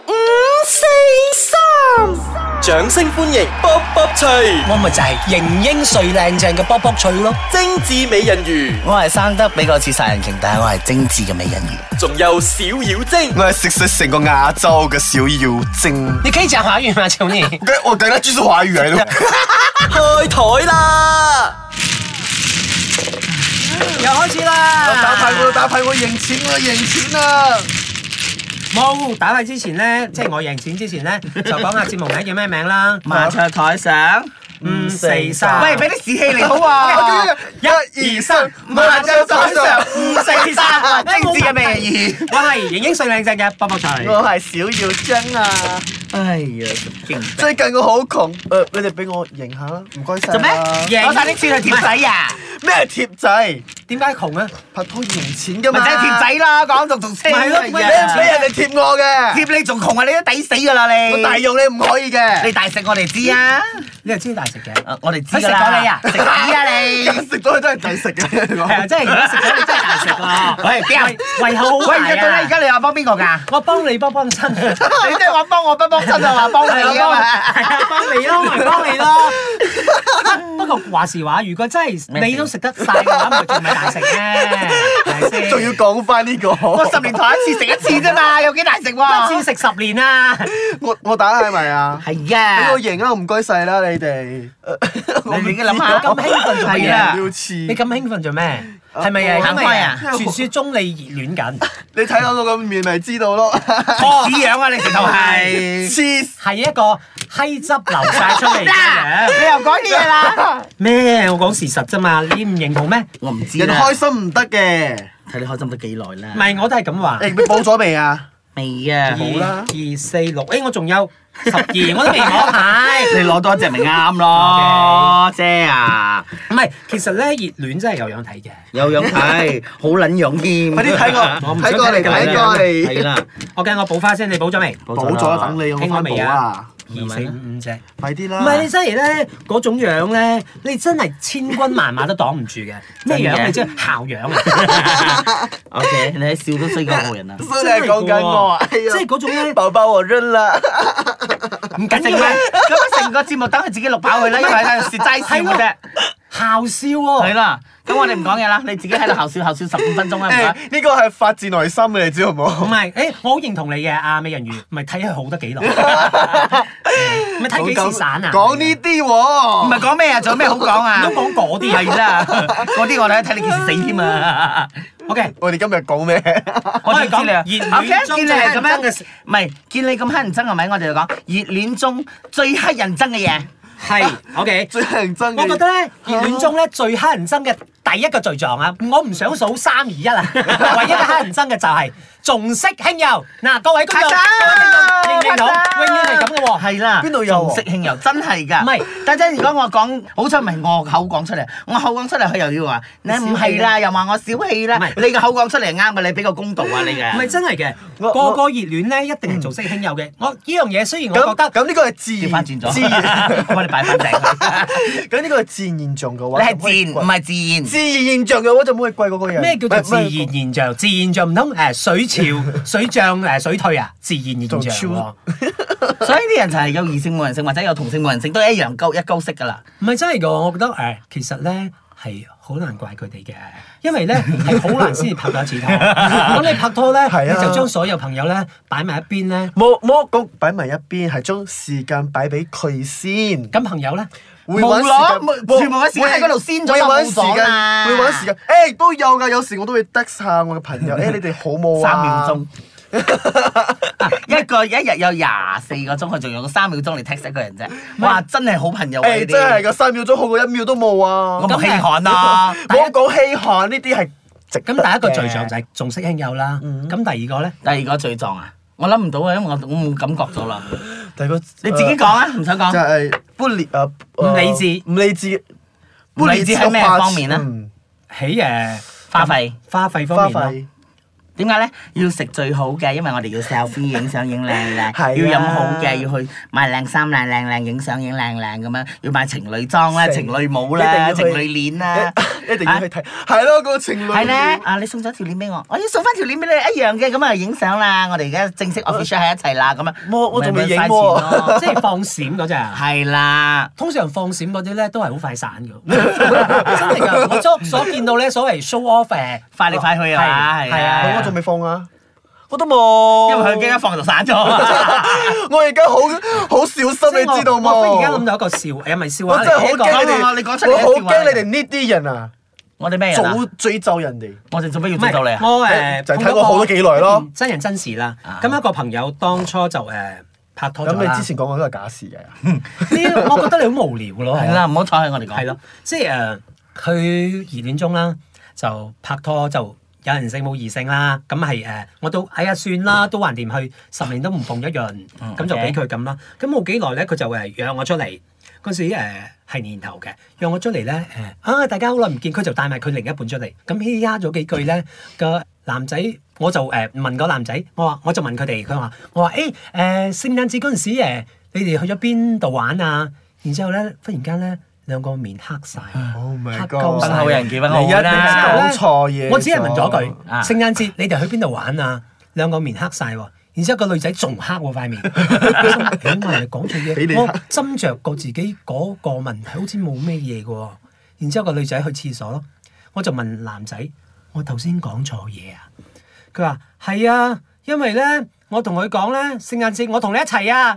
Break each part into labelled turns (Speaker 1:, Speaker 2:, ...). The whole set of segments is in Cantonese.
Speaker 1: 台上五四三，掌聲歡迎卜卜脆、
Speaker 2: 我咪就係型英帥靚正嘅卜卜脆咯。
Speaker 1: 精緻美人魚，
Speaker 2: 我係生得比較似殺人鯨，但係我係精緻嘅美人魚。
Speaker 1: 仲有小妖精。
Speaker 3: 我係食食成個亞洲嘅小妖精。
Speaker 2: 你可以講華語嗎，求你？
Speaker 3: 我我等下繼續華語嚟咯。
Speaker 1: 開台啦！
Speaker 2: 又開始啦！
Speaker 3: 打牌我打牌我贏錢啦贏錢啦！
Speaker 2: 冇打牌之前咧，即係我贏錢之前咧，就講下節目名叫咩名啦。
Speaker 4: 麻雀台上，
Speaker 2: 五四三，
Speaker 4: 喂，俾啲士氣你好
Speaker 2: Ờ,
Speaker 4: 啊！
Speaker 3: 一二三，
Speaker 4: 麻雀台上
Speaker 2: 五四三
Speaker 4: 啊精緻嘅美人魚，
Speaker 2: 我係型英帥靚正嘅卜卜脆。
Speaker 4: 我係小耀章
Speaker 3: à.
Speaker 4: 啊！哎呀，勁！
Speaker 3: 最近我好窮，誒你哋俾我贏下啦，唔該晒。
Speaker 4: 做咩？攞晒啲錢去貼仔啊！
Speaker 3: 咩貼仔？
Speaker 2: 點解窮啊？
Speaker 3: 拍拖贏錢㗎
Speaker 4: 咪
Speaker 3: 嘛？
Speaker 4: 就係貼仔啦，講仲仲清
Speaker 2: 咪係咯
Speaker 4: Dạ.
Speaker 3: 你唔俾人哋貼我嘅，
Speaker 4: 貼你仲窮啊！你都抵死噶啦你！
Speaker 3: 我大用你唔可以
Speaker 4: 你
Speaker 3: 嘅。
Speaker 4: 大食我哋知啊！
Speaker 2: 你係知大食嘅。
Speaker 4: 我哋知
Speaker 2: 㗎
Speaker 4: 㗎
Speaker 2: 啦
Speaker 4: 啦！你啊！食屎啊你！
Speaker 3: 食到佢都係抵食嘅。
Speaker 2: 係啊，真係而家食咗你真係大食啊！
Speaker 4: 喂邊
Speaker 2: 胃胃口好
Speaker 4: 喂，
Speaker 2: 大
Speaker 4: 而家到底而
Speaker 2: 啊！
Speaker 4: 家你話幫邊個㗎？
Speaker 2: 我幫你幫幫親，你
Speaker 4: 你即係話幫我不幫親就話 幫你
Speaker 2: 係
Speaker 4: 啊
Speaker 2: 啊
Speaker 4: 嘛！
Speaker 2: 幫你咯，咪幫你咯。不過話時話，如果真係你都食得晒嘅話，咪仲咪大食嘅，係咪 先？
Speaker 3: 仲要講翻呢個，
Speaker 4: 我十年台一次 食一次啫嘛，有幾難食
Speaker 2: 一
Speaker 4: 喎？
Speaker 2: 次食十年 啊！
Speaker 3: 我我打係咪啊？
Speaker 4: 係啊
Speaker 3: 俾我贏啦，唔該晒啦， 你哋。
Speaker 4: 你自己諗下
Speaker 2: 咁興奮做乜嘢
Speaker 4: 係啊
Speaker 2: 啊？
Speaker 3: 要似
Speaker 2: 你咁興奮做咩？係咪啊？
Speaker 4: 行開啊
Speaker 2: 傳説中你熱戀緊， 哦
Speaker 3: 你睇我個面咪知道咯，
Speaker 4: 屎樣啊！你直頭 係。
Speaker 3: 黐
Speaker 2: 係一個閪汁流晒出嚟嘅
Speaker 4: 嗱，你
Speaker 2: 樣。
Speaker 4: 又講啲嘢啦！
Speaker 2: 咩？我講事實啫嘛，你唔認同咩？
Speaker 4: 我唔知
Speaker 3: 人開心唔得 嘅，
Speaker 4: 睇你開心得幾耐啦
Speaker 2: 唔係，我都係咁話。
Speaker 3: 你報咗未啊？
Speaker 4: 未啊
Speaker 3: 冇啦
Speaker 2: 二四六，誒我仲有十 二，我都未攞牌。
Speaker 4: 你攞多一隻咪啱
Speaker 2: OK
Speaker 4: 咯，姐啊，
Speaker 2: 唔係，其實咧熱戀真係有樣睇嘅。
Speaker 4: 有樣 睇，好撚樣添。
Speaker 3: 快啲睇我，
Speaker 2: 我唔想
Speaker 3: 睇過
Speaker 2: 聽
Speaker 3: 嚟，
Speaker 2: 你
Speaker 3: 睇過
Speaker 4: 係
Speaker 3: 嚟，
Speaker 4: 啦，
Speaker 2: 我驚我補花先，你補咗未？
Speaker 3: 補咗啦等你，我翻補啊！
Speaker 2: 二四五五隻，
Speaker 3: 快啲
Speaker 2: 唔
Speaker 3: 啦！
Speaker 2: 係你真係咧嗰種樣咧，你真係千軍萬馬都擋唔 住嘅。咩
Speaker 4: 真
Speaker 2: 樣？
Speaker 4: 嘅
Speaker 2: 你真係校樣 啊！
Speaker 4: O K，你喺笑都衰過我人啊！
Speaker 3: 真係講緊我，哎呀
Speaker 2: 即係嗰種咧，
Speaker 3: 寶寶我認啦，
Speaker 2: 唔緊
Speaker 4: 成
Speaker 2: 要啊
Speaker 4: 個
Speaker 2: 嘅，
Speaker 4: 咁成個節目等佢自己錄飽佢啦，因為喺度蝕齋笑嘅啫。
Speaker 2: 校笑喎。
Speaker 4: 係啦，咁我哋唔講嘢啦，你自己喺度校笑校笑十五分鐘啦，
Speaker 3: 誒
Speaker 4: 唔該。
Speaker 3: 呢個係發自內心嘅，你知道
Speaker 2: 唔
Speaker 3: 冇？
Speaker 2: 係，誒，我好認同你嘅，阿美人魚，咪睇佢好得幾 耐，咪睇幾時散啊？
Speaker 3: 講呢啲喎，
Speaker 4: 唔係講咩啊？仲有咩好講啊？
Speaker 2: 都講嗰啲
Speaker 4: 係
Speaker 2: 啊。
Speaker 4: 啦，嗰啲我哋睇你幾時死添啊！
Speaker 2: OK，
Speaker 3: 我哋今日講咩？
Speaker 4: 我哋啊講
Speaker 2: 熱戀中
Speaker 4: 見你係
Speaker 2: 最
Speaker 4: 咁
Speaker 2: 乞人憎嘅事
Speaker 4: 樣，唔係見你咁乞人憎係咪？我哋就講熱戀中最乞人憎嘅嘢，
Speaker 2: 係 OK。
Speaker 3: 最認真嘅，
Speaker 2: 我覺得咧，熱戀中咧最乞人憎嘅第一個罪狀啊，我唔想數三二一啊， 唯一嘅乞人憎嘅就係重色輕友。嗱，各位觀眾，
Speaker 4: 拍手
Speaker 2: 各位聽眾認唔認同？
Speaker 4: 拍手
Speaker 2: 永遠係咁嘅喎。
Speaker 4: 係啦，
Speaker 3: 邊度有啊
Speaker 4: 重色輕友，真係㗎。
Speaker 2: 唔係，
Speaker 4: 但真如果我講，好彩唔係我口講出嚟，我口講出嚟佢又要話你唔係啦，又話我小氣啦
Speaker 2: 唔係，
Speaker 4: 你嘅口講出嚟啱嘅，你俾個公道啊你嘅。
Speaker 2: 唔係真係嘅，
Speaker 3: 我
Speaker 2: 個個熱戀咧一定係重色輕友嘅。我呢樣嘢雖然我覺
Speaker 3: 咁
Speaker 2: 得
Speaker 3: 咁呢個係自然，
Speaker 4: 調翻轉咗，
Speaker 3: 自然。
Speaker 4: 我哋擺 翻正佢。
Speaker 3: 咁呢個係自然現象嘅
Speaker 4: 你
Speaker 3: 話，
Speaker 4: 係
Speaker 3: 就可以
Speaker 4: 賤
Speaker 3: 貴
Speaker 4: 唔係自
Speaker 3: 自然現象嘅話就唔可以貴過嗰個人。
Speaker 2: 咩叫做自
Speaker 3: 唔係唔
Speaker 2: 然現象？自然現象唔通誒水 潮、水漲誒水退啊？自然現象
Speaker 3: 仲
Speaker 2: 喎
Speaker 3: 超。
Speaker 4: 然，所以啲人就係有異性冇人性，或者有同性冇人性，都係一樣高一高息㗎啦。
Speaker 2: 唔係真係㗎，我覺得誒、呃其實咧係好難怪佢哋嘅，因為咧係好難先至拍到一次 拖。咁你拍拖咧，
Speaker 3: 係啊
Speaker 2: 你就將所有朋友咧擺埋一邊咧，
Speaker 3: 冇冇講擺埋一邊，係將時間擺俾佢先。
Speaker 2: 咁朋友咧
Speaker 3: 會揾時間
Speaker 4: 冇攞
Speaker 3: 冇
Speaker 4: 全部嘅時間喺嗰度先咗
Speaker 3: 會
Speaker 4: 就
Speaker 3: 揾
Speaker 4: 冇
Speaker 3: 時
Speaker 4: 咗
Speaker 3: 間，
Speaker 4: 啦
Speaker 3: 會揾時間。誒都有㗎，有時我都會 text 下我嘅朋 友，誒你哋好冇
Speaker 4: 三
Speaker 3: 啊？
Speaker 4: 秒鐘。一個一日有廿四個鐘，佢仲用三秒鐘嚟 text 一個人啫。哇，真係好朋友啊！呢
Speaker 3: 誒真係
Speaker 4: 啲
Speaker 3: 㗎，三秒鐘好過一秒都冇啊
Speaker 4: 我！冇稀罕啊！
Speaker 3: 冇講稀罕呢啲係值得
Speaker 2: 咁
Speaker 3: 嘅。
Speaker 2: 第一個罪狀就係重色輕友啦。咁、
Speaker 3: 嗯
Speaker 2: 第二個咧，
Speaker 4: 第二個罪狀啊，我諗唔到啊，因為我我冇感覺 到啦。
Speaker 3: 第二個，
Speaker 4: 你自己講啊，唔想
Speaker 3: 就
Speaker 4: 講。
Speaker 3: 呃係不理誒
Speaker 2: 唔理智
Speaker 3: 唔理智，
Speaker 4: 唔
Speaker 3: Ừ,
Speaker 4: 理智喺咩方面呢
Speaker 3: 嗯
Speaker 2: 喺誒
Speaker 4: 花費
Speaker 2: 花費方
Speaker 3: 花
Speaker 2: 面啦
Speaker 3: 費。
Speaker 4: 點解咧？要食最好嘅，因為我哋要 selfie 影相影靚
Speaker 3: 係啊
Speaker 4: 靚，要飲好嘅，要去買靚衫靚靚靚影相影靚靚咁樣，要買情侶裝啦、
Speaker 3: 成
Speaker 4: 情侶帽
Speaker 3: 一定要
Speaker 4: 啦、
Speaker 3: 去
Speaker 4: 情侶鏈 啦。
Speaker 3: 一定要去睇，係咯，嗰個情侶
Speaker 4: 係咧，啊！你送咗條鏈俾我，我要送翻條鏈俾你一樣嘅，咁啊影相啦！我哋而家正式 official 喺一齊啦，咁啊，
Speaker 3: 呃我我仲未影
Speaker 4: 咪咪嘥
Speaker 3: 喎
Speaker 4: 錢 咯
Speaker 2: 即係放閃嗰隻啊。
Speaker 4: 係啦，
Speaker 2: 通常放閃嗰啲咧都係好快散 㗎，真係㗎！我所所見到咧所謂 show off 誒，
Speaker 4: 快嚟快去啊
Speaker 2: 係係
Speaker 4: 係啊
Speaker 2: 啊，
Speaker 3: 我仲未放啊，我都冇，
Speaker 4: 因為佢驚一放 就散咗。
Speaker 3: 我而家好好小心，你知道
Speaker 2: 我我忽然間諗
Speaker 3: 冇？
Speaker 2: 到一個笑，誒唔係笑
Speaker 3: 我
Speaker 2: 話
Speaker 3: 真
Speaker 2: 嚟
Speaker 3: 係好
Speaker 2: 嘅一個
Speaker 3: 驚
Speaker 4: 我
Speaker 3: 你
Speaker 4: 你講
Speaker 3: 哋，
Speaker 4: 出嚟
Speaker 3: 我
Speaker 4: 嘅
Speaker 3: 好
Speaker 4: 笑話嚟
Speaker 3: 驚你哋呢啲人啊，
Speaker 4: 我哋咩人啊
Speaker 3: 早 à? 追咒人哋。
Speaker 4: 我哋做咩要
Speaker 2: 唔
Speaker 4: 追
Speaker 2: 係
Speaker 4: 到你啊？
Speaker 2: 我呃誒
Speaker 3: 就係睇過好多幾耐咯，
Speaker 2: 嗯真人真事啦
Speaker 4: 啊。
Speaker 2: 咁一個朋友當初就誒拍拖咗
Speaker 3: 咁
Speaker 2: 啦
Speaker 3: 你之前講過都係假事嘅，
Speaker 2: 呢，我覺得你好無聊咯。
Speaker 4: 係啦，唔好睬佢我哋講。
Speaker 2: 係咯，即係誒，佢熱戀中啦，就拍拖就有人性冇異性啦，咁係誒，我都哎呀算啦，都還掂去，十年都唔逢一潤，
Speaker 4: 嗯
Speaker 2: 咁就俾佢咁啦。咁冇幾耐咧，佢就誒約我出嚟。嗰時誒呃係年頭嘅，約我出嚟咧誒啊！大家好耐唔見，佢就帶埋佢另一半出嚟，咁咿呀咗幾句咧，個男仔我就誒、呃問個男仔，我話我就問佢哋，佢話我話誒誒聖誕節嗰陣時誒你哋去咗邊度玩啊？然之後咧，忽然間咧兩個面黑晒，
Speaker 3: Oh my
Speaker 2: 黑
Speaker 3: God
Speaker 2: 鳩
Speaker 4: 等
Speaker 2: 晒
Speaker 4: 好。人結婚
Speaker 3: 你一
Speaker 2: 之後
Speaker 3: 定
Speaker 4: 好啦
Speaker 3: 係。
Speaker 2: 呢
Speaker 3: 講錯嘢
Speaker 2: 我只係問咗句
Speaker 4: 啊
Speaker 2: 聖誕節你哋去邊度玩啊？兩個面黑晒喎，然之後個女仔仲黑喎塊面，我心諗起碼講錯
Speaker 3: 俾你
Speaker 2: 嘢，
Speaker 3: 黑
Speaker 2: 我斟酌過自己嗰個問題，好似冇咩嘢嘅喎。然之後個女仔去廁所咯，我就問男仔：我頭先講錯嘢啊？佢話係啊，因為咧我同佢講咧聖誕節我同你一齊啊。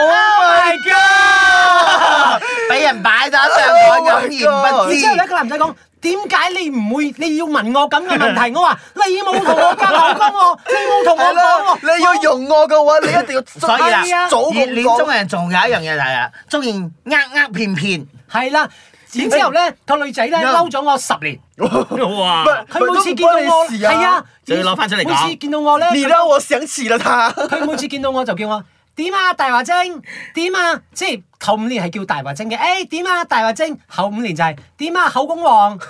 Speaker 3: Oh my god！
Speaker 4: 俾人擺咗上台，
Speaker 3: Oh my
Speaker 4: 有言不
Speaker 2: 然之後咧，
Speaker 4: 知。
Speaker 2: 個男仔講：點解你唔會？你要問我咁嘅問題？我話你冇同我夾口供喎，你冇同我
Speaker 3: 係咯，
Speaker 2: 講喎。啊
Speaker 3: 你要用我嘅話，你一定要
Speaker 4: 所以
Speaker 2: 係
Speaker 4: 啦，
Speaker 2: 啊
Speaker 3: 哎早
Speaker 4: 熱
Speaker 3: 咁
Speaker 4: 戀中嘅
Speaker 3: 講。
Speaker 4: 人仲有一樣嘢就係啦，中意呃呃騙騙。
Speaker 2: 係啦，然之後咧，個女仔咧嬲咗我十年，
Speaker 4: 哇
Speaker 2: 佢每次見到我
Speaker 3: 唔關你事啊
Speaker 2: 係啊，
Speaker 4: 就要攞返出嚟講
Speaker 2: 每次見到我咧，
Speaker 3: 你讓我想起了他。
Speaker 2: 佢每次見到我就叫我點啊大話精，點啊，即係頭五年係叫大話精嘅，誒點啊大話精，後五年就係點啊口公王。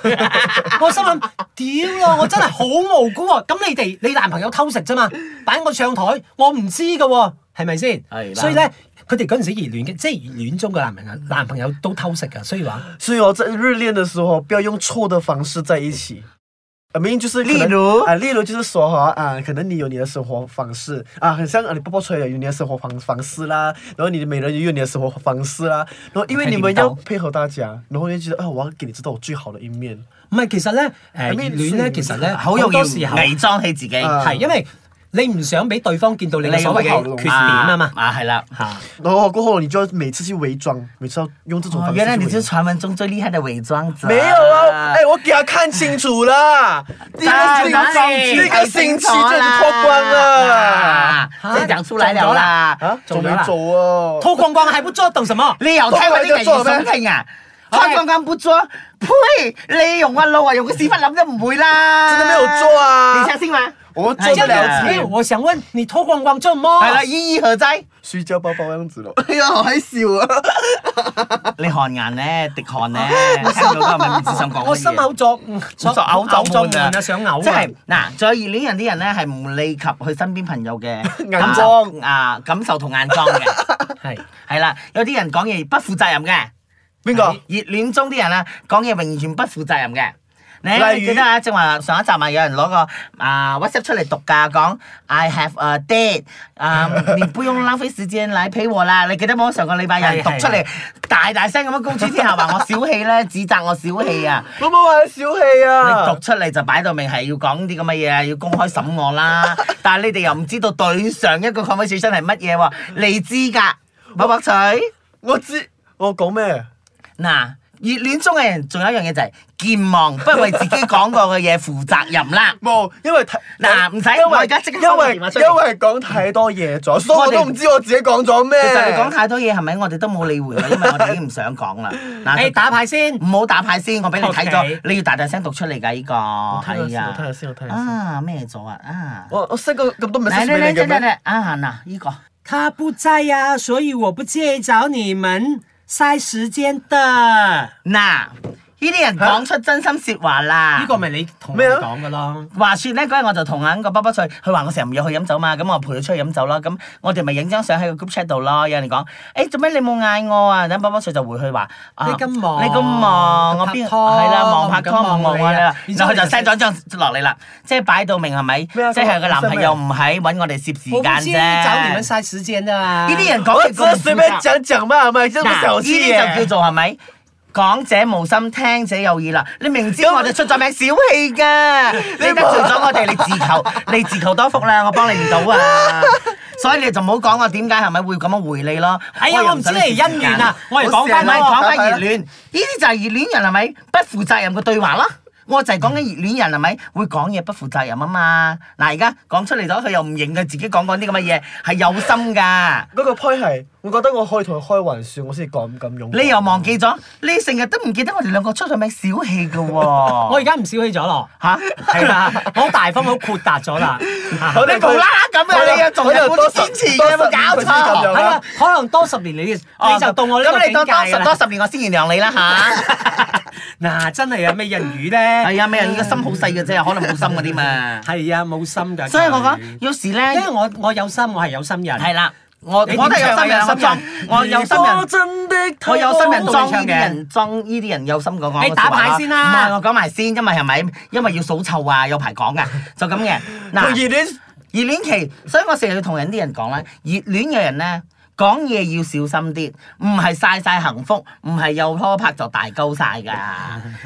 Speaker 2: 我心諗屌咯，我真係好無辜喎、咁你哋你男朋友偷食啫嘛，擺我上台，我唔知㗎喎、係咪先
Speaker 4: 係？啦
Speaker 2: 所以咧，佢哋嗰陣時熱戀嘅，即係熱戀中嘅男朋友，男朋友都偷食㗎，所以話
Speaker 3: 所以我在热恋的时候，不要用错的方式在一起。啊，明明就是可能
Speaker 4: 例如
Speaker 3: 啊，例如就是说哈啊，可能你有你的生活方式啊，很像啊，你波波吹有你的生活方方式啦，然后你的美人鱼有你的生活方式啦，然后因为你们要
Speaker 4: 还挺高
Speaker 3: 配合大家，然后就觉得啊，我要给你知道我最好的一面。
Speaker 2: 唔係，其實咧，誒、熱
Speaker 3: mean，
Speaker 2: 戀咧，
Speaker 3: 雖然
Speaker 2: 其實咧，
Speaker 4: 好容易
Speaker 2: 多時候
Speaker 4: 偽裝起自己，
Speaker 3: 啊
Speaker 2: 係因為你唔想俾對方見到你
Speaker 4: 你
Speaker 2: 嘅所謂
Speaker 4: 有
Speaker 3: 個
Speaker 2: 嘅缺點啊嘛，
Speaker 4: 啊係啦。
Speaker 2: 嚇。
Speaker 3: 然后过后你就要每次去伪装，每次要用这种方
Speaker 4: 哦
Speaker 3: 式去伪
Speaker 4: 原
Speaker 3: 装。
Speaker 4: 來你就是傳聞中最厲害的偽裝者。
Speaker 3: 没有啊，哎、哎我给他看清楚啦，第一
Speaker 4: 啊
Speaker 3: 个星
Speaker 4: 哪
Speaker 3: 期，
Speaker 4: 裡
Speaker 3: 第一个星期就
Speaker 4: 太清楚啦
Speaker 3: 脱光了。
Speaker 4: 啊即係講出嚟了啦。
Speaker 3: 啊，
Speaker 2: 走
Speaker 3: 走
Speaker 2: 了
Speaker 3: 没
Speaker 2: 啦
Speaker 3: 走哦？
Speaker 2: 脱光光还不做，等什麼？
Speaker 4: 你又聽嗰啲危言聳聽啊？
Speaker 2: 哎
Speaker 4: 開剛剛不做，呸！你用個腦啊，用個屎忽諗都唔會
Speaker 3: 真
Speaker 4: 啦。
Speaker 3: 的沒有做啊
Speaker 4: 你相信嗎？
Speaker 3: 我們做
Speaker 4: 不
Speaker 3: 得了
Speaker 4: 了哎
Speaker 2: 沒有，
Speaker 3: 解，
Speaker 2: 哎我想問你脱光光做麼？
Speaker 4: 係啦，意義何在？
Speaker 3: 睡覺包包樣子咯。哎呀，好閪笑啊！
Speaker 4: 你汗顏咧，滴汗 咧，聽到嗰個咪唔知想講乜嘢
Speaker 2: 我心口作
Speaker 4: 作嘔
Speaker 2: 作
Speaker 4: 作
Speaker 2: 悶
Speaker 4: 悶
Speaker 2: 啊，想嘔啊！
Speaker 4: 即係嗱，再熱戀人啲人咧係唔理及佢身邊朋友 嘅
Speaker 3: 眼
Speaker 4: 感
Speaker 3: 光
Speaker 4: 受啊感受同眼光嘅，
Speaker 2: 係
Speaker 4: 係啦，有啲人講嘢不負責任嘅。
Speaker 3: 邊個？
Speaker 4: 熱戀中啲人啊，講嘢永遠不負責任嘅。你
Speaker 3: 例
Speaker 4: 你
Speaker 3: 如
Speaker 4: 記得啊，正話上一集咪有人攞個啊 WhatsApp 出嚟讀㗎，講 I have a date，啊、 你不用浪費時間嚟陪我啦。你記得冇？上個禮拜有人讀出嚟，大大聲咁樣公諸天下話我小氣咧，指責我小氣啊！
Speaker 3: 我冇玩小氣啊！
Speaker 4: 你讀出嚟就擺到明係要講啲咁嘅嘢，啊要公開審 我啦。但係你哋又唔知道對上一個 conversation 係乜嘢喎？你知㗎，卜卜脆。
Speaker 3: 我知我講咩？
Speaker 4: 嗱，熱戀中嘅人仲有一樣嘢就係健忘，不為自己講過嘅嘢負責任 啦。
Speaker 3: 冇，因為太
Speaker 4: 嗱唔使
Speaker 3: 因為
Speaker 4: 我而家即刻
Speaker 3: 因為
Speaker 4: 開個電話出嚟
Speaker 3: 因為講太多嘢咗，所以我
Speaker 4: 我哋
Speaker 3: 都唔知我自己講咗咩。
Speaker 4: 其實你講太多嘢係咪？我哋都冇理會啦，因為我哋已經唔想講 啦。
Speaker 2: 誒
Speaker 3: 哎
Speaker 4: 嗱，
Speaker 2: 哎打牌先
Speaker 4: 唔，好打牌先，我俾你睇
Speaker 2: OK
Speaker 4: 咗，你要大大聲讀出嚟㗎呢個。
Speaker 3: 睇
Speaker 4: 係
Speaker 3: 下先我睇下
Speaker 4: 啊，
Speaker 3: 先，我睇下先。
Speaker 4: 啊咩咗啊啊！
Speaker 3: 我我 send 個咁多 message
Speaker 4: 嚟
Speaker 3: 俾
Speaker 4: 嚟
Speaker 3: 你嘅
Speaker 4: 嚟嚟
Speaker 3: 咩？
Speaker 4: 嚟啊嗱，呢個
Speaker 2: 他不在呀，
Speaker 4: 啊
Speaker 2: 所以我不介意找你們嘥時間的。
Speaker 4: 嗱，呢啲人講出真心説話啦。
Speaker 2: 呢個咪你同我
Speaker 3: 咩啊
Speaker 2: 講噶咯。
Speaker 4: 話説咧嗰日我就同緊個波波翠，佢話我成日唔約佢飲酒嘛，咁我陪佢出去飲酒啦，咁我哋咪影張相喺個 group chat 度咯。有人講：，誒做咩你冇嗌我啊？等波波翠就回去話：，啊
Speaker 2: 你咁忙
Speaker 4: 你咁忙，我邊
Speaker 2: 拍拖
Speaker 4: 係啦，忙拍
Speaker 2: 唔敢
Speaker 4: 拖冇
Speaker 2: 望
Speaker 4: 忙
Speaker 2: 你
Speaker 4: 我
Speaker 2: 啊
Speaker 4: 啦。
Speaker 2: 然
Speaker 4: 然
Speaker 2: 之後
Speaker 4: 後佢就
Speaker 2: 你就
Speaker 4: send 咗張落嚟啦，即係擺到明係咪？即
Speaker 3: 咩啊
Speaker 4: 係
Speaker 3: 咁
Speaker 4: 佢男朋友唔喺，揾我哋攝時
Speaker 2: 我不知
Speaker 4: 間
Speaker 2: 找你們
Speaker 4: 啫。
Speaker 2: 嘥時間啊！
Speaker 4: 呢啲人講
Speaker 3: 我
Speaker 4: 嘢
Speaker 3: 只是隨
Speaker 4: 咁
Speaker 3: 便
Speaker 4: 複雜
Speaker 3: 講講嘛，係咪？真係
Speaker 4: 嗱，
Speaker 3: 小
Speaker 4: 呢
Speaker 3: 氣
Speaker 4: 啲就
Speaker 3: 耶。
Speaker 4: 叫做係咪？講者無心，聽者有意啦。你明知我哋出咗名小氣㗎，你得罪咗我哋，你自求你自求多福啦，我幫你唔到啊。所以你就唔好講我點解係咪會咁樣回你咯。
Speaker 2: 哎呀
Speaker 4: 又
Speaker 2: 我唔知
Speaker 4: 想
Speaker 2: 你係恩怨啊我
Speaker 4: 時
Speaker 2: 係
Speaker 4: 間
Speaker 2: 講返
Speaker 4: 唔係
Speaker 2: 我
Speaker 4: 講翻熱戀，呢啲就係熱戀人係咪不負責任嘅對話啦？我就係講緊熱戀人係咪會講嘢不負責任啊嘛？嗱，而家講出嚟咗，佢又唔認佢自己講過啲咁嘅嘢係有心㗎。
Speaker 3: 嗰個 point 係，我覺得我可以同佢開玩笑，我先講咁勇。
Speaker 4: 你又忘記咗？你成日都唔記得我哋兩個出咗名小氣嘅喎、
Speaker 2: 我而家唔小氣咗咯，
Speaker 4: 嚇
Speaker 2: 係啦，我好大方，好豁達咗啦。啊
Speaker 3: 好
Speaker 4: 你無啦啦咁
Speaker 3: 係
Speaker 4: 嘅，
Speaker 3: 啦
Speaker 4: 你又仲
Speaker 3: 我又
Speaker 4: 有
Speaker 3: 多
Speaker 4: 冇
Speaker 3: 十
Speaker 4: 堅持嘅？有冇
Speaker 3: 多十年
Speaker 4: 搞
Speaker 3: 佢先咁
Speaker 4: 錯
Speaker 3: 樣？
Speaker 2: 係啦，可能多十年你你就到我呢個
Speaker 4: 咁
Speaker 2: 境
Speaker 4: 你多
Speaker 2: 界
Speaker 4: 多十
Speaker 2: 啦
Speaker 4: 多。十年，我先原諒 你啦吓，
Speaker 2: 嗱，真係啊，美人魚咧，
Speaker 4: 係啊，咩人？你個心好細嘅啫，可能冇心嗰啲嘛。
Speaker 2: 係啊，冇心㗎。
Speaker 4: 所以我
Speaker 2: 佢
Speaker 4: 講，有時咧
Speaker 2: 因為我我有心，我係有心人。
Speaker 4: 係啦，我我都
Speaker 2: 你點
Speaker 4: 有
Speaker 2: 唱
Speaker 4: 心人，
Speaker 2: 啊有
Speaker 4: 我
Speaker 2: 心
Speaker 4: 裝
Speaker 2: 人
Speaker 4: 我有心人
Speaker 3: 我。真的
Speaker 4: 我有心人
Speaker 2: 裝
Speaker 4: 裝呢啲
Speaker 2: 嘅
Speaker 4: 人裝呢啲人有心講講。
Speaker 2: 你打牌先啦
Speaker 4: 唔係我講埋先，因為係咪？因為要數臭啊，有排講嘅，就咁嘅。嗱，
Speaker 3: 佢熱戀
Speaker 4: 熱戀期，所以我成日要同人啲人講咧，熱戀嘅人咧講嘢要小心啲，唔係晒晒幸福，唔係有拖拍就大鳩晒 㗎。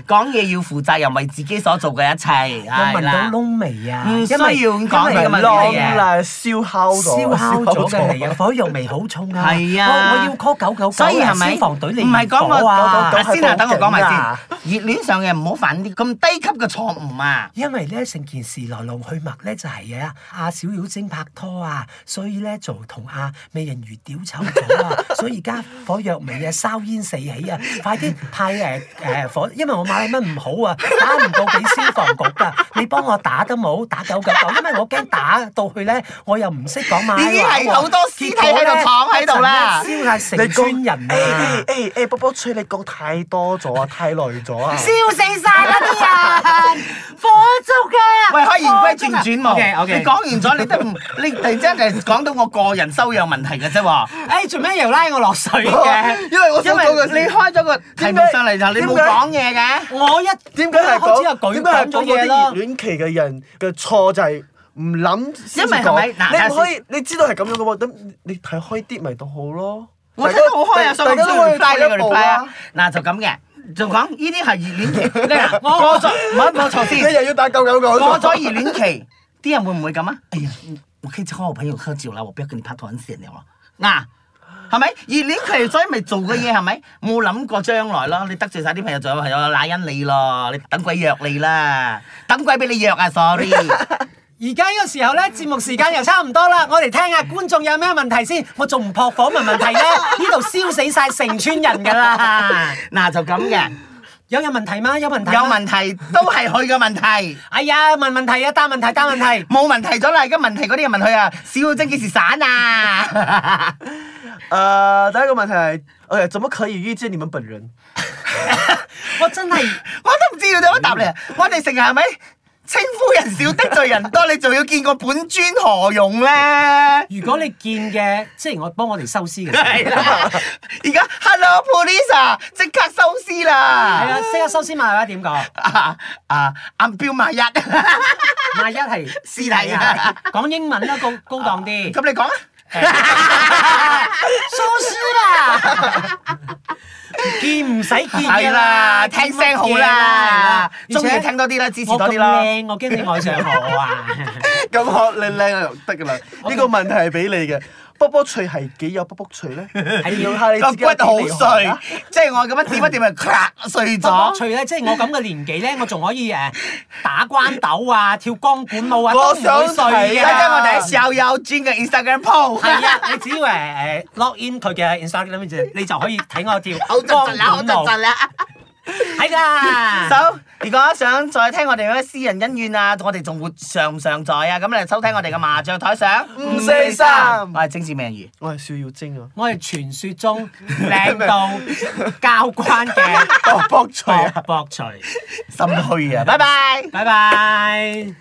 Speaker 4: 講嘢要負責任，為自己所做嘅一切。
Speaker 2: 我
Speaker 4: 係
Speaker 2: 聞
Speaker 4: 啦
Speaker 2: 到窿味啊，
Speaker 4: 唔
Speaker 2: 因為
Speaker 4: 需要咁講
Speaker 2: 因為
Speaker 4: 㗎嘛
Speaker 3: 咪
Speaker 4: 呢啲
Speaker 2: 窿
Speaker 3: 浪
Speaker 4: 嘢
Speaker 3: 啦，燒烤咗，
Speaker 2: 燒烤咗嘅嚟啊，火藥味好重啊！
Speaker 4: 係啊
Speaker 2: 我我要 call 九九
Speaker 4: 所以
Speaker 2: 九
Speaker 4: 係
Speaker 2: 啊，
Speaker 4: 咪？
Speaker 2: 消防隊嚟
Speaker 4: 唔係講我
Speaker 2: 火啊！
Speaker 3: 係
Speaker 4: 啊先啊，
Speaker 3: 報警
Speaker 4: 等我講埋
Speaker 3: 啊
Speaker 4: 先。熱戀上嘅唔好犯啲咁低級嘅錯誤啊！
Speaker 2: 因為咧成件事來龍去脈咧就係啊，阿小妖精拍拖啊，所以咧就同阿美人魚屌臭咗 啊，所以而家火藥味啊，硝煙四起啊，快啲派誒誒火，因為我馬禮蚊唔好啊，打唔到俾消防局噶，你幫我打得冇？打九九九，因為我驚打到去咧，我又唔識講馬
Speaker 4: 已
Speaker 2: 來
Speaker 4: 經
Speaker 2: 話喎
Speaker 4: 係好多屍體喺度躺喺度啦哎
Speaker 2: 結果呢一陣咧燒晒成村人啊！
Speaker 3: 誒誒誒，波波吹，你講太多咗啊，太耐咗啊！
Speaker 4: 燒死晒啦 啲人，火燭啊！喂，可以言歸正傳喎。
Speaker 2: OK，OK
Speaker 4: 你講完咗，你都 唔，你突然之間就係講到我個人修養問題嘅啫喎。
Speaker 2: 誒做咩又拉我落水嘅？
Speaker 3: 因為我
Speaker 4: 因
Speaker 3: 想
Speaker 4: 為
Speaker 3: 講嘅
Speaker 4: 你開咗個題目上嚟就你冇講嘢嘅。
Speaker 2: 我一
Speaker 3: 點解係
Speaker 2: 開始
Speaker 4: 啊
Speaker 2: 又舉
Speaker 3: 講？點解係
Speaker 2: 講咗
Speaker 3: 講
Speaker 2: 嘢
Speaker 3: 嗰
Speaker 2: 咯
Speaker 3: 啲熱？戀期嘅人嘅錯就係唔諗先
Speaker 4: 因為係
Speaker 3: 講
Speaker 4: 咪嗱
Speaker 3: 你唔可以，你知道係咁樣嘅喎，咁你睇開啲咪都好咯。
Speaker 4: 我真係好開啊！所
Speaker 3: 大
Speaker 4: 以我
Speaker 3: 家
Speaker 4: 需
Speaker 3: 都
Speaker 4: 要
Speaker 3: 可以
Speaker 4: reply 呢個
Speaker 3: 退一步
Speaker 4: reply 啊
Speaker 3: 啊！
Speaker 4: 嗱就咁嘅，就講呢啲係熱戀 期。你嗱，過咗冇冇 錯
Speaker 3: 你
Speaker 4: 先。
Speaker 3: 又要打九九九
Speaker 4: 過咗熱戀 期，啲人會唔會咁啊？哎呀，我可以和我朋友喝酒啦，我不要跟你拍拖，很閒聊啦。嗱、啊係咪熱戀期，所以咪做嘅嘢係 咪冇諗過將來咯？你得罪晒啲朋友，仲有朋友賴因你咯，你等鬼約你啦，等鬼俾你約啊！sorry，
Speaker 2: 而家呢個時候呢，節目時間又差唔多啦，我哋聽下觀眾有咩問題先。我仲唔撲火問問題 呢？呢度燒死晒成村人㗎啦！
Speaker 4: 嗱就咁嘅，
Speaker 2: 有有問題嗎？有問題
Speaker 4: 有
Speaker 2: 嗎？
Speaker 4: 問題都係佢嘅問題，
Speaker 2: 哎呀，問問題啊，答問題，答問 題。
Speaker 4: 冇問題咗啦。而家問題嗰啲人問佢啊，小妖精幾時散啊？
Speaker 3: 呃，第一個問題係，OK，怎麼可以遇見你們本人？
Speaker 2: 我真係
Speaker 4: 我都唔知道點樣答你啊！我哋成日係咪稱呼人少得罪人多？你仲要見過本尊何用咧？
Speaker 2: 如果你見嘅，即係我幫我哋收屍嘅時候，
Speaker 4: 係啦，而家 Hello Police 啊，即刻收屍
Speaker 2: 係
Speaker 4: 啦！
Speaker 2: 啊，識得收屍馬啦點講？
Speaker 4: 啊 啊，暗標賣一，
Speaker 2: 萬一係
Speaker 4: 屍體啊！
Speaker 2: 講英文啦，高高檔啲。
Speaker 4: 咁你講啊？
Speaker 2: 收 屍啦！見唔使見
Speaker 4: 係
Speaker 2: 嘅
Speaker 4: 啦，
Speaker 2: 啦，
Speaker 4: 聽聲好
Speaker 2: 見乜嘢係
Speaker 4: 啦，
Speaker 2: 啦
Speaker 4: 中意
Speaker 2: 而且
Speaker 4: 聽多啲啦，支持
Speaker 2: 我
Speaker 4: 多
Speaker 2: 咁
Speaker 4: 啲啦。
Speaker 2: 靚，我驚你愛上我啊！
Speaker 3: 咁我你靚就得㗎啦。呢個問題係俾你嘅。卜卜脆係幾有卜卜脆咧？係要下你
Speaker 4: 啊個
Speaker 3: 自己有幾
Speaker 4: 骨好
Speaker 3: 厲害
Speaker 4: 碎
Speaker 3: 啊，
Speaker 4: 即係我咁樣掂一掂咪咔碎
Speaker 2: 不
Speaker 4: 咗
Speaker 2: 除。咧，即係我咁嘅年紀咧，我仲可以誒打關鬥啊、跳鋼管舞啊，都
Speaker 3: 我
Speaker 2: 唔會
Speaker 3: 想
Speaker 2: 碎
Speaker 3: 睇
Speaker 4: 家姐，
Speaker 2: 嘅。
Speaker 4: 我哋喺校友專嘅 Instagram post。
Speaker 2: 係啊，你只要誒誒 log in 佢嘅 Instagram 你就可以睇我跳
Speaker 4: 好就窒啦，
Speaker 2: 鋼
Speaker 4: 好就窒
Speaker 2: 管舞。
Speaker 4: 啦。
Speaker 2: 係睇啦。
Speaker 4: So，如果想再聽我哋嗰啲私人恩怨啊，我哋仲會上唔上載啊？咁你就收聽我哋嘅麻雀台上五
Speaker 3: 四三
Speaker 4: 我係精緻美人魚，
Speaker 3: 我係邵耀晶啊，
Speaker 2: 我係傳說中靚到交關嘅
Speaker 3: 卜卜脆啊！
Speaker 2: 博博除，
Speaker 4: 心虛啊！拜拜。
Speaker 2: 拜拜。